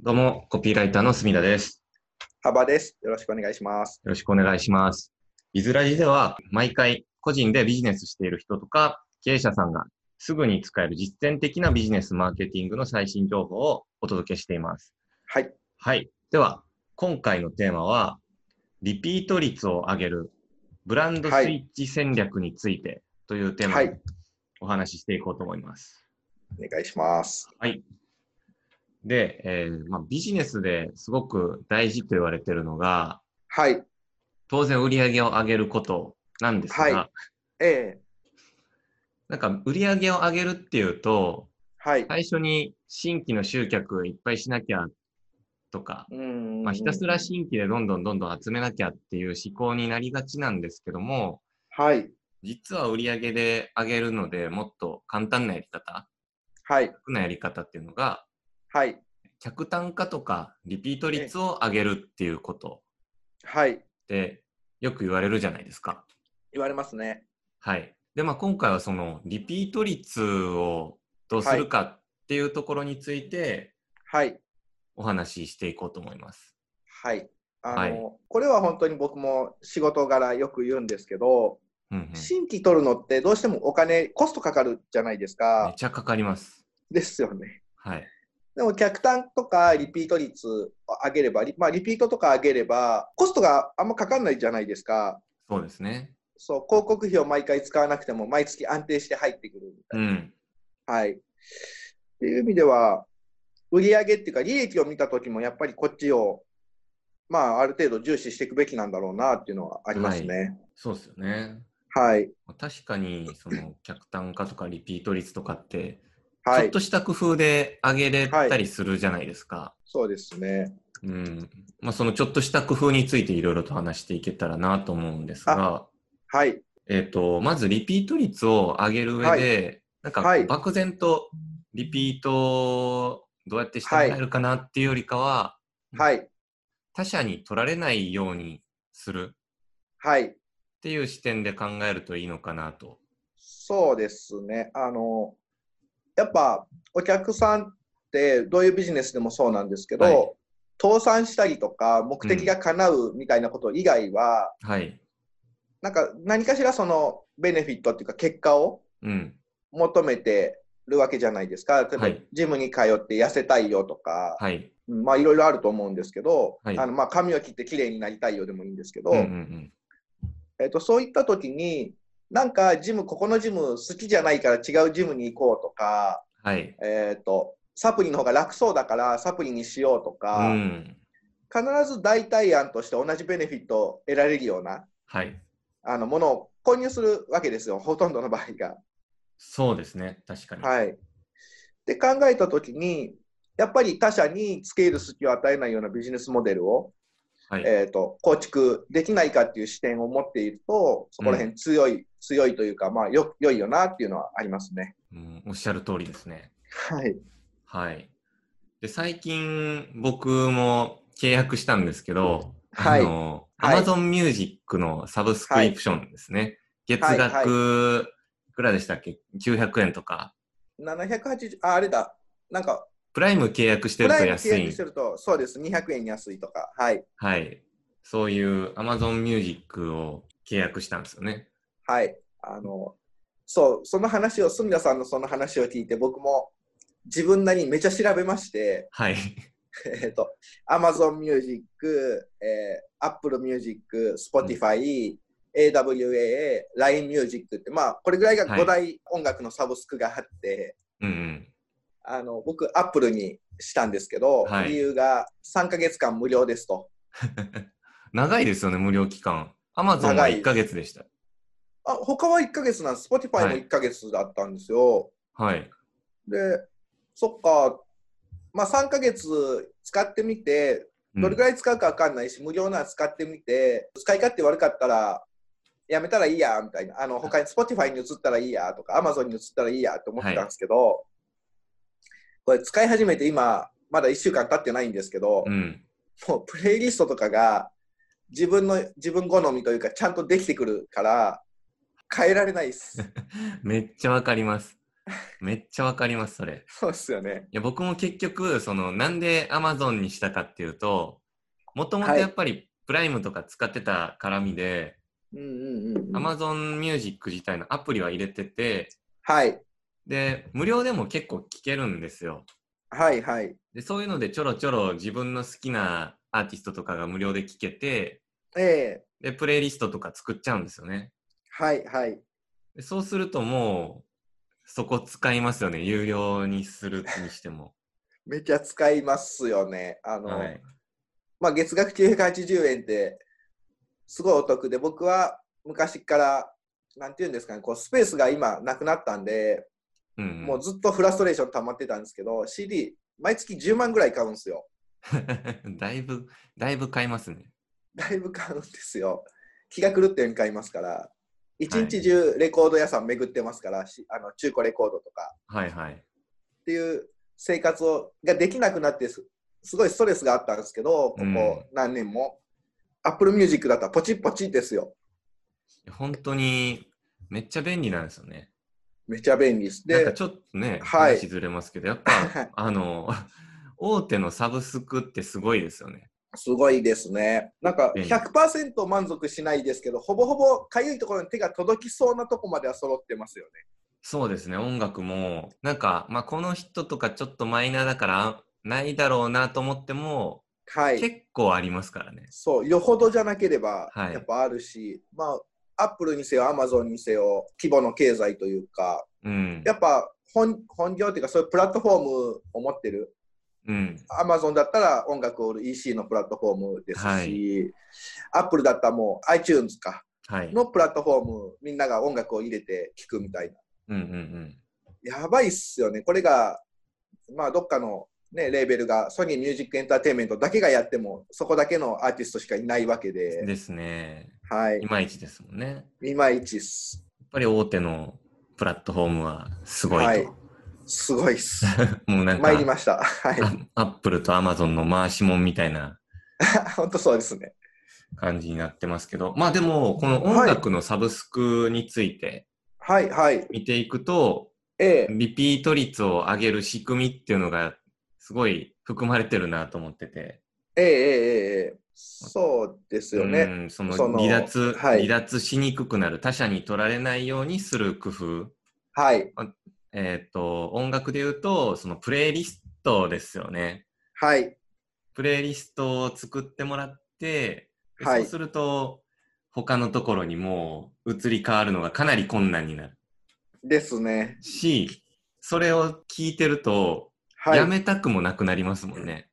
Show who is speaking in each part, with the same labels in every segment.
Speaker 1: どうも、コピーライターの隅田です。
Speaker 2: 幅です。よろしくお願いします。
Speaker 1: よろしくお願いします。いずらじでは、毎回個人でビジネスしている人とか、経営者さんがすぐに使える実践的なビジネスマーケティングの最新情報をお届けしています。
Speaker 2: はい。
Speaker 1: はい。では、今回のテーマは、リピート率を上げるブランドスイッチ戦略についてというテーマ
Speaker 2: は
Speaker 1: で
Speaker 2: い。
Speaker 1: お話ししていこうと思います。
Speaker 2: お願いします。
Speaker 1: はい。で、えーまあ、ビジネスですごく大事と言われてるのが、
Speaker 2: はい。
Speaker 1: 当然売り上げを上げることなんですが、
Speaker 2: はいええ
Speaker 1: なんか売り上げを上げるっていうと、
Speaker 2: はい。
Speaker 1: 最初に新規の集客いっぱいしなきゃとか、
Speaker 2: うーん
Speaker 1: まあ、ひたすら新規でどんどんどんどん集めなきゃっていう思考になりがちなんですけども、
Speaker 2: はい。
Speaker 1: 実は売り上げで上げるのでもっと簡単なやり方、
Speaker 2: はい。
Speaker 1: 楽なやり方っていうのが、
Speaker 2: はい。
Speaker 1: 客単価とかリピート率を上げるっていうこと
Speaker 2: はい。
Speaker 1: ってよく言われるじゃないですか。
Speaker 2: 言われますね。
Speaker 1: はい。で、まあ今回はそのリピート率をどうするかっていうところについて
Speaker 2: はい。
Speaker 1: お話ししていこうと思います。
Speaker 2: はい。あの、
Speaker 1: はい
Speaker 2: これは本当に僕も仕事柄よく言うんですけど、
Speaker 1: うんうん。め
Speaker 2: 新規取るのってどうしてもお金、コストかかるじゃないですか。
Speaker 1: ちゃかかります。
Speaker 2: ですよね。
Speaker 1: はい。
Speaker 2: でも客単とかリピート率を上げれば、リまあ、リピートとか上げれば、コストがあんまかかんないじゃないですか。
Speaker 1: そうですね。
Speaker 2: そう、広告費を毎回使わなくても、毎月安定して入ってくるみた
Speaker 1: う
Speaker 2: いな。
Speaker 1: ん。
Speaker 2: はい。っていう意味では、売上っていうか、利益を見たときも、やっぱりこっちを、まあ、ある程度重視していくべきなんだろうなっていうのはありますね。
Speaker 1: そうですよね。
Speaker 2: はい。
Speaker 1: まあ確かにその客単価とかリピート率とかって、
Speaker 2: は
Speaker 1: ちょっ
Speaker 2: い。
Speaker 1: とした工夫で上げれたりするじゃないですか。
Speaker 2: そうですね。
Speaker 1: うん。まあそのちょっとした工夫についていろいろと話していけたらなと思うんですが。
Speaker 2: はい。
Speaker 1: えっ、と、まずリピート率を上げる上で、なんか
Speaker 2: はい
Speaker 1: 漠然とリピートをどうやってしてもらえるかなっていうよりかは、
Speaker 2: はい。
Speaker 1: 他者に取られないようにするっ
Speaker 2: はい。
Speaker 1: ていう視点で考えるといいのかなと。
Speaker 2: そうですね。あの、やっぱ、お客さんって、どういうビジネスでもそうなんですけど、
Speaker 1: はい
Speaker 2: 倒産したりとか、目的が叶うみたいなこと以外は、
Speaker 1: はい。
Speaker 2: なんか何かしらそのベネフィットっていうか結果を
Speaker 1: うん。
Speaker 2: 求めてるわけじゃないですか。例え
Speaker 1: は
Speaker 2: ば
Speaker 1: い
Speaker 2: ジムに通って痩せたいよとか、
Speaker 1: はい。
Speaker 2: うんまあいろいろあると思うんですけど、
Speaker 1: はい
Speaker 2: あのまあ髪を切って綺麗になりたいよでもいいんですけど、
Speaker 1: うんうんうん。
Speaker 2: えっとそういった時に、なんかジム、ここのジム好きじゃないから違うジムに行こうとか、
Speaker 1: はい。
Speaker 2: えっとサプリの方が楽そうだからサプリにしようと
Speaker 1: う
Speaker 2: か、
Speaker 1: ん。
Speaker 2: 必ず代替案として同じベネフィットを得られるような
Speaker 1: はい。
Speaker 2: あのものを購入するわけですよ、ほとんどの場合が。
Speaker 1: そうですね。確かに。
Speaker 2: はい。って考えたときに、やっぱり他社につける隙を与えないようなビジネスモデルを、
Speaker 1: はい。
Speaker 2: えー、と構築できないかっていう視点を持っていると、そこら辺強い、強いというか、まあよ、良いよなっていうのはありますね。
Speaker 1: うん。おっしゃる通りですね。
Speaker 2: はい。
Speaker 1: はい。で、最近僕も契約したんですけど、
Speaker 2: はい
Speaker 1: あの、
Speaker 2: はい
Speaker 1: Amazon Music のサブスクリプションですね。
Speaker 2: は
Speaker 1: 月
Speaker 2: いはい
Speaker 1: 額、いくらでしたっけ ?900 円とか。
Speaker 2: 780、あ、あれだ。なんか、
Speaker 1: プライム契約して
Speaker 2: プ
Speaker 1: る
Speaker 2: ラ
Speaker 1: と
Speaker 2: イム契
Speaker 1: 安
Speaker 2: 約
Speaker 1: い
Speaker 2: して。ると、そうです、200円安いとか。はい。
Speaker 1: はい。そういう Amazon Music を契約したんですよね。
Speaker 2: はい。あの、そう、その話を、住田さんのその話を聞いて、僕も自分なりにめちゃ調べまして、
Speaker 1: はい。
Speaker 2: えっと、Amazon Music、えー、Apple Music、Spotify、AWA、LINE Music って、まあ、これぐらいが
Speaker 1: はい
Speaker 2: 5大音楽のサブスクがあって、
Speaker 1: うん
Speaker 2: あの、僕、Apple にしたんですけど、
Speaker 1: はい
Speaker 2: 理由が3ヶ月間無料ですと。
Speaker 1: うん。長いですよね、無料期間。Amazon は
Speaker 2: 長い
Speaker 1: 1ヶ月でした。
Speaker 2: あ、他は1ヶ月なんです。Spotify も
Speaker 1: はい
Speaker 2: 1ヶ月だったんですよ。
Speaker 1: はい。
Speaker 2: で、そっか、まあ3ヶ月使ってみて、どれく
Speaker 1: い
Speaker 2: らい使うかわかんないし、無料なら使ってみて、使い勝手悪かったら、やめたらいいや、みたいな。あの、他に Spotify に移ったらいいや、とか、Amazon に移ったらいいや、と思ってたんですけど、これ使い始めて今、まだ1週間経ってないんですけど、
Speaker 1: うん。
Speaker 2: もうプレイリストとかが、自分の、自分好みというか、ちゃんとできてくるから、変えられないです。
Speaker 1: めっちゃわかります。めっちゃわかります、それ。
Speaker 2: そうですよね。
Speaker 1: いや、僕も結局、その、なんで Amazon にしたかっていうと、もともと
Speaker 2: はい
Speaker 1: やっぱりプライムとか使ってた絡みで、
Speaker 2: うんうんうんうん。
Speaker 1: Amazon Music 自体のアプリは入れてて、
Speaker 2: はい。
Speaker 1: で、無料でも結構聴けるんですよ。
Speaker 2: はいはい。
Speaker 1: で、そういうのでちょろちょろ自分の好きなアーティストとかが無料で聴けて、
Speaker 2: ええ
Speaker 1: で、プレイリストとか作っちゃうんですよね。
Speaker 2: はいはい。
Speaker 1: でそうするともう、そこ使いますよね。有料にするにして も。
Speaker 2: めっちゃ使いますよね。あの、
Speaker 1: はい。
Speaker 2: まあ月額980円ってすごいお得で、僕は昔から、なんていうんですかね、こうスペースが今なくなったんで、
Speaker 1: うんうん、
Speaker 2: もうずっとフラストレーション溜まってたんですけど、CD、毎月10万ぐらい買うんですよ。
Speaker 1: だいぶ、だいぶ買いますね。
Speaker 2: だいぶ買うんですよ。気が狂って買いますから、一日中レコード屋さん巡ってますから、しあの中古レコードとか
Speaker 1: はいはい。
Speaker 2: っていう生活をができなくなってす、すごいストレスがあったんですけど、こ
Speaker 1: うん
Speaker 2: こ何年も。Apple Music だったらポチッポチッですよ。
Speaker 1: 本当に、めっちゃ便利なんですよね。
Speaker 2: めちゃ便利です。
Speaker 1: なんか
Speaker 2: で、
Speaker 1: ちょっとね、
Speaker 2: はい
Speaker 1: 話ずれますけど、やっ
Speaker 2: はい
Speaker 1: ぱ、あの、 大手のサブスクってすごいですよね。
Speaker 2: すごいですね。なんか
Speaker 1: 便利
Speaker 2: 100%満足しないですけど、ほぼほぼかゆいところに手が届きそうなとこまでは揃ってますよね。
Speaker 1: そうですね、音楽も、なんか、まあ、この人とかちょっとマイナーだから、ないだろうなと思っても、
Speaker 2: はい。
Speaker 1: 結構ありますからね。
Speaker 2: そう、よほどじゃなければ、
Speaker 1: はい
Speaker 2: やっぱあるし、まあ、アップルにせよ、アマゾンにせよ、規模の経済というか、
Speaker 1: うん。
Speaker 2: やっぱ本本業というか、そういうプラットフォームを持ってる
Speaker 1: うん。
Speaker 2: アマゾンだったら音楽を売る EC のプラットフォームですし、アップルだったらもう iTunes か
Speaker 1: はい。
Speaker 2: のプラットフォームみんなが音楽を入れて聴くみたいな
Speaker 1: うんうんうん。
Speaker 2: やばいっすよねこれがまあどっかのねレーベルがソニーミュージックエンターテインメントだけがやってもそこだけのアーティストしかいないわけで
Speaker 1: ですね。
Speaker 2: はい
Speaker 1: いまいちですもんね。
Speaker 2: いまいちっす
Speaker 1: やっぱり大手のプラットフォームはすごいと。
Speaker 2: はいすごいっ す
Speaker 1: もうなんか
Speaker 2: 参り、ましたはい
Speaker 1: あアップルとアマゾンの回しもんみたいな
Speaker 2: 本当そうですね
Speaker 1: 感じになってますけど、まあでも、この音楽のサブスクについて
Speaker 2: はいはい
Speaker 1: 見ていくと、
Speaker 2: ええ
Speaker 1: リピート率を上げる仕組みっていうのが、すごい含まれてるなと思ってて、
Speaker 2: ええええええそうですよね、
Speaker 1: うんその
Speaker 2: その
Speaker 1: 離脱、
Speaker 2: はい
Speaker 1: 離脱しにくくなる、他者に取られないようにする工夫。
Speaker 2: はい
Speaker 1: えっ、と、音楽で言うと、そのプレイリストですよね。
Speaker 2: はい
Speaker 1: プレイリストを作ってもらって、で
Speaker 2: はい
Speaker 1: そうすると、他のところにもう移り変わるのがかなり困難になる。
Speaker 2: ですね
Speaker 1: し、それを聞いてると、
Speaker 2: はい
Speaker 1: やめたくもなくなりますもんね。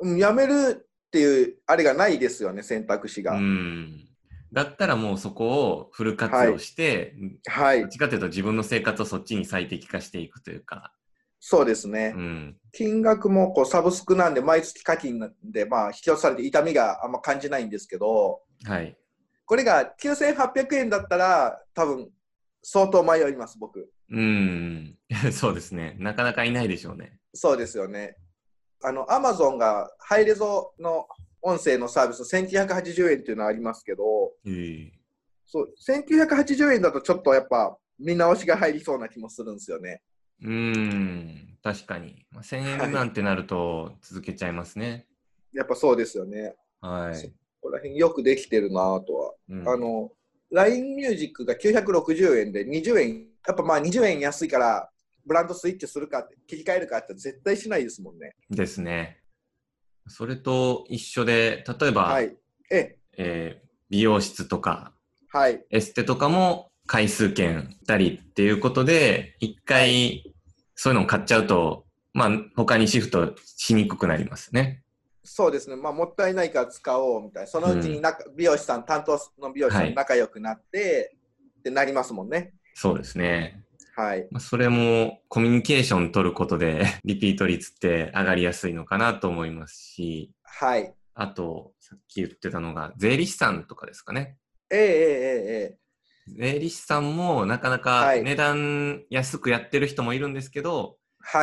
Speaker 2: うんやめるっていうあれがないですよね選択肢が、
Speaker 1: うん。だったらもうそこをフル活用して、
Speaker 2: はい
Speaker 1: どっちかというと自分の生活をそっちに最適化していくというか。
Speaker 2: そうですね、
Speaker 1: うん。
Speaker 2: 金額もこうサブスクなんで毎月課金なんでまあ引き落とされて痛みがあんま感じないんですけど
Speaker 1: はい。
Speaker 2: これが9800円だったら多分相当迷います僕
Speaker 1: うん。 そうですね。なかなかいないでしょうね。
Speaker 2: そうですよねあのアマゾンがハイレゾの音声のサービス1980円っていうのはありますけど
Speaker 1: ええ
Speaker 2: そう1980円だとちょっとやっぱ見直しが入りそうな気もするんですよね
Speaker 1: うん。確かに。まあ1000円未満ってなると続けちゃいますね。
Speaker 2: やっぱそうですよね
Speaker 1: はい。
Speaker 2: そここら辺よくできてるなぁとは
Speaker 1: うん
Speaker 2: あの、LINE ミュージックが960円で20円、やっぱまあ20円安いから、ブランドスイッチするかって、切り替えるかって絶対しないですもんね。
Speaker 1: ですね。それと一緒で、例えば、
Speaker 2: はい。え、
Speaker 1: えー美容室とか
Speaker 2: はい。
Speaker 1: エステとかも回数券たりっていうことで一回そういうのを買っちゃうと、まあ他にシフトしにくくなりますね。
Speaker 2: そうですね。まあ、もったいないから使おうみたいな。そのうちになんか美容師さん、担当の美容師さん
Speaker 1: はい
Speaker 2: 仲良くなって、ってなりますもんね。
Speaker 1: そうですね。
Speaker 2: はい。
Speaker 1: まあ、それもコミュニケーション取ることで リピート率って上がりやすいのかなと思いますし、
Speaker 2: はい。
Speaker 1: あとさっき言ってたのが税理士さんとかですかね。
Speaker 2: えええええ
Speaker 1: 税理士さんもなかなか
Speaker 2: はい
Speaker 1: 値段安くやってる人もいるんですけど、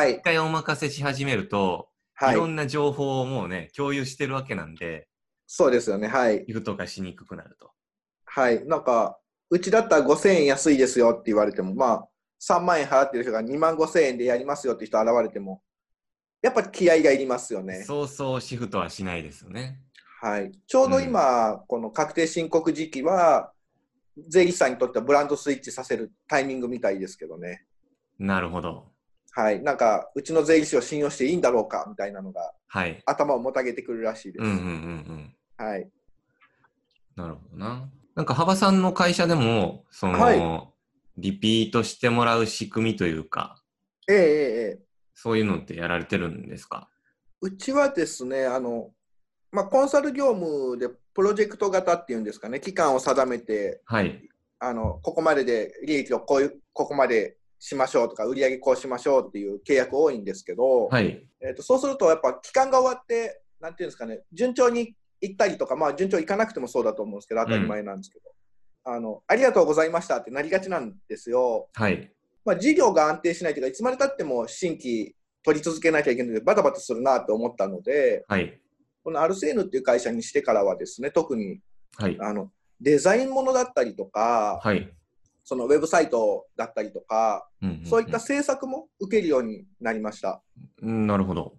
Speaker 2: え
Speaker 1: 一回お任せし始めると、、
Speaker 2: はいい。
Speaker 1: ろ
Speaker 2: はい。
Speaker 1: んな情報をもうね、共有してるわけなんで、
Speaker 2: そうですよね。はい。
Speaker 1: シフトがしにくくなると。
Speaker 2: はい。なんか、うちだったら5000円安いですよって言われても、まあ、 3万円払ってる人が2万5千円でやりますよって人現れても、やっぱり気合がいりますよね。
Speaker 1: そうそうシフトはしないですよね。
Speaker 2: はい、ちょうど今、この確定申告時期は、税理士さんにとってはブランドスイッチさせるタイミングみたいですけどね。
Speaker 1: なるほど。
Speaker 2: はい、なんか、うちの税理士を信用していいんだろうかみたいなのが、
Speaker 1: はい。
Speaker 2: 頭をもたげてくるらしいです。
Speaker 1: うんうんうんうん。
Speaker 2: はい、
Speaker 1: なるほどな。なんか幅さんの会社でも、その、
Speaker 2: は
Speaker 1: リピートしてもらう仕組みというか、
Speaker 2: ええええええ
Speaker 1: そういうのってやられてるんですか
Speaker 2: うちはですね、あのまあ、コンサル業務でプロジェクト型っていうんですかね、期間を定めて、
Speaker 1: はい。
Speaker 2: あのここまでで利益をこういうここまでしましょうとか、売り上げこうしましょうっていう契約多いんですけど、
Speaker 1: はい。
Speaker 2: えー、とそうすると、やっぱ期間が終わって、なんていうんですかね、順調に行ったりとか、まあ、順調に行かなくてもそうだと思うんですけど、当たり前なんですけど、あの、ありがとうございましたってなりがちなんですよ。
Speaker 1: はい。
Speaker 2: まあ、事業が安定しないというか、いつまでたっても新規取り続けなきゃいけないので、バタバタするなと思ったので、
Speaker 1: はい。
Speaker 2: このアルセーヌっていう会社にしてからはですね、特に
Speaker 1: はい。
Speaker 2: あのデザインものだったりとか、
Speaker 1: はい。
Speaker 2: そのウェブサイトだったりとか、
Speaker 1: うんんん
Speaker 2: そういった制作も受けるようになりました。
Speaker 1: うんなるほど。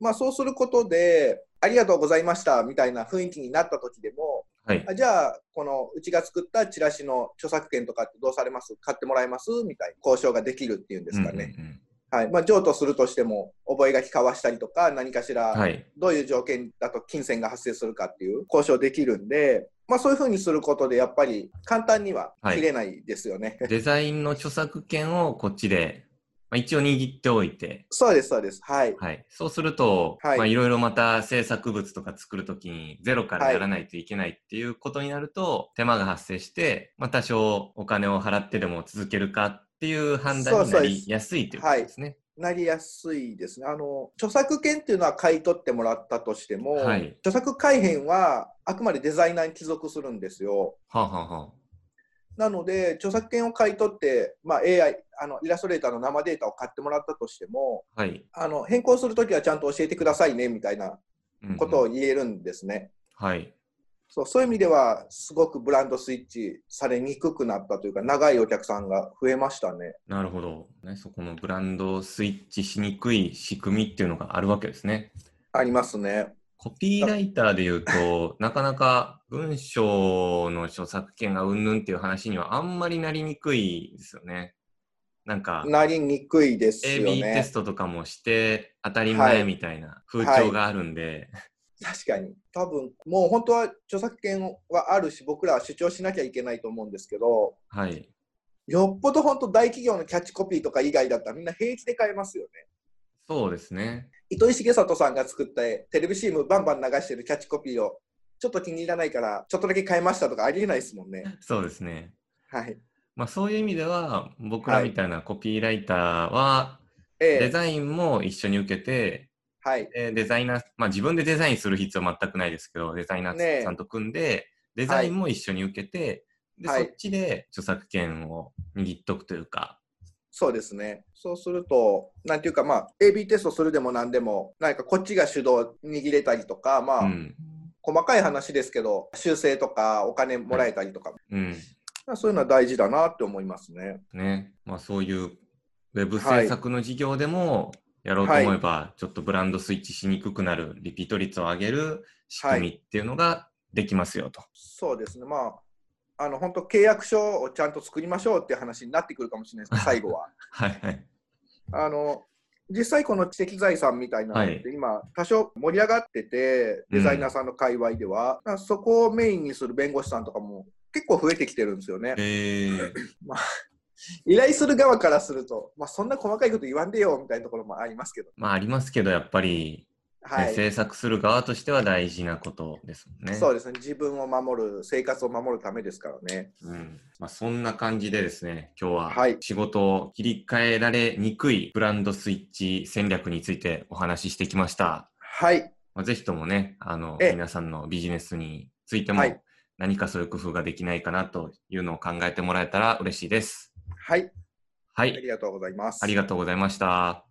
Speaker 2: まあ、そうすることで、ありがとうございましたみたいな雰囲気になった時でも、
Speaker 1: はい。
Speaker 2: あじゃあ、このうちが作ったチラシの著作権とかってどうされます買ってもらえますみたいな交渉ができるっていうんですかね。
Speaker 1: うんうん
Speaker 2: はいまあ、譲渡するとしても、覚書交わしたりとか、何かし
Speaker 1: うん
Speaker 2: ら
Speaker 1: はい。
Speaker 2: どういう条件だと金銭が発生するかっていう交渉できるんで、まあ、そういうふうにすることで、やっぱり簡単には切れないですよね。
Speaker 1: デザインの著作権をこっちで、まあ、一応握っておいて、
Speaker 2: そうです、そうです。はい。
Speaker 1: はい、そうすると、
Speaker 2: はい
Speaker 1: いまあ、いろいろまた制作物とか作るときにゼロからやらないといけないっていうことになると、手間が発生して、まあ、多少お金を払ってでも続けるかっていう判断に
Speaker 2: そう
Speaker 1: な
Speaker 2: そうです
Speaker 1: りやすいということですね。
Speaker 2: なりやすいですね。あの著作権っていうのは買い取ってもらったとしても、
Speaker 1: はい
Speaker 2: 著作改変はあくまでデザイナーに帰属するんですよ。
Speaker 1: はあ、はあは
Speaker 2: なので著作権を買い取って、まあ、AI あのイラストレーターの生データを買ってもらったとしても
Speaker 1: あ、はい。
Speaker 2: あの変更するときはちゃんと教えてくださいねみたいな
Speaker 1: うんうん
Speaker 2: ことを言えるんですね。
Speaker 1: はい。
Speaker 2: そうそういう意味ではすごくブランドスイッチされにくくなったというか長いお客さんが増えましたね。
Speaker 1: なるほど、ね。そこのブランドスイッチしにくい仕組みっていうのがあるわけですね。
Speaker 2: ありますね。
Speaker 1: コピーライターで言うと、なかなか文章の著作権がうんぬんっていう話にはあんまりなりにくいですよね。なんか、
Speaker 2: なりにくいですよ
Speaker 1: AB テ
Speaker 2: ね
Speaker 1: ス。トとかもして当たり
Speaker 2: は
Speaker 1: 前
Speaker 2: い
Speaker 1: みたいな風潮があるんで、
Speaker 2: 確かに多分もう本当は著作権はあるし僕らは主張しなきゃいけないと思うんですけど
Speaker 1: はい、
Speaker 2: よっぽど本当大企業のキャッチコピーとか以外だったらみんな平気で買えますよね
Speaker 1: そうですね。
Speaker 2: 糸井重里さんが作ったテレビ CM バンバン流してるキャッチコピーをちょっと気に入らないからちょっとだけ買いましたとかありえないですもんね
Speaker 1: そうですね。
Speaker 2: はい
Speaker 1: まあそういう意味では、僕らみたいなコピーライターは、デ
Speaker 2: ええ
Speaker 1: ザインも一緒に受けて、
Speaker 2: はい
Speaker 1: えーデザイナー、まあ自分でデザインする必要は全くないですけど、デザイナ
Speaker 2: ねえ
Speaker 1: ーさんと組んで、デザインも一緒に受けて、で、
Speaker 2: は
Speaker 1: そ
Speaker 2: い
Speaker 1: っちで著作権を握っとくというか、
Speaker 2: そうですねそうするとなんていうかまあ AB テストするでも何でも何かこっちが主導握れたりとかまあ、
Speaker 1: うん。
Speaker 2: 細かい話ですけど修正とかお金もらえたりとか、
Speaker 1: うん。
Speaker 2: そういうのは大事だなって思いますね。
Speaker 1: ね。まあそういうウェブ
Speaker 2: はい
Speaker 1: 制作の事業でも、やろうと思えば、ちょっとブランドスイッチしにくくなる、リピート率を上げる仕組みっていうのができますよと。
Speaker 2: そうですね。まあ、あの、本当契約書をちゃんと作りましょうっていう話になってくるかもしれない ですけど、最後は。
Speaker 1: はいはい。
Speaker 2: あの、実際この知的財産みたいなのって今、多少盛り上がってて、デザイナーさんの界隈では、だからそこをメインにする弁護士さんとかも結構増えてきてるんですよね。
Speaker 1: えー、
Speaker 2: 依頼する側からすると、まあ、そんな細かいこと言わんでよみたいなところもありますけど、
Speaker 1: まあありますけど、やっぱり、ね
Speaker 2: はい。
Speaker 1: 制作する側としては大事なことですもんね。
Speaker 2: そうですね。自分を守る、生活を守るためですからね。
Speaker 1: うんまあ、そんな感じでですね、今日
Speaker 2: は
Speaker 1: はい仕事を切り替えられにくいブランドスイッチ戦略についてお話ししてきました。
Speaker 2: はい。
Speaker 1: まあ、ぜひともね、あの
Speaker 2: ええ
Speaker 1: 皆さんのビジネスについても
Speaker 2: はい
Speaker 1: 何かそういう工夫ができないかなというのを考えてもらえたら嬉しいです。
Speaker 2: はい。
Speaker 1: は
Speaker 2: あり
Speaker 1: い、
Speaker 2: がとうございます
Speaker 1: あ。りがとうございました。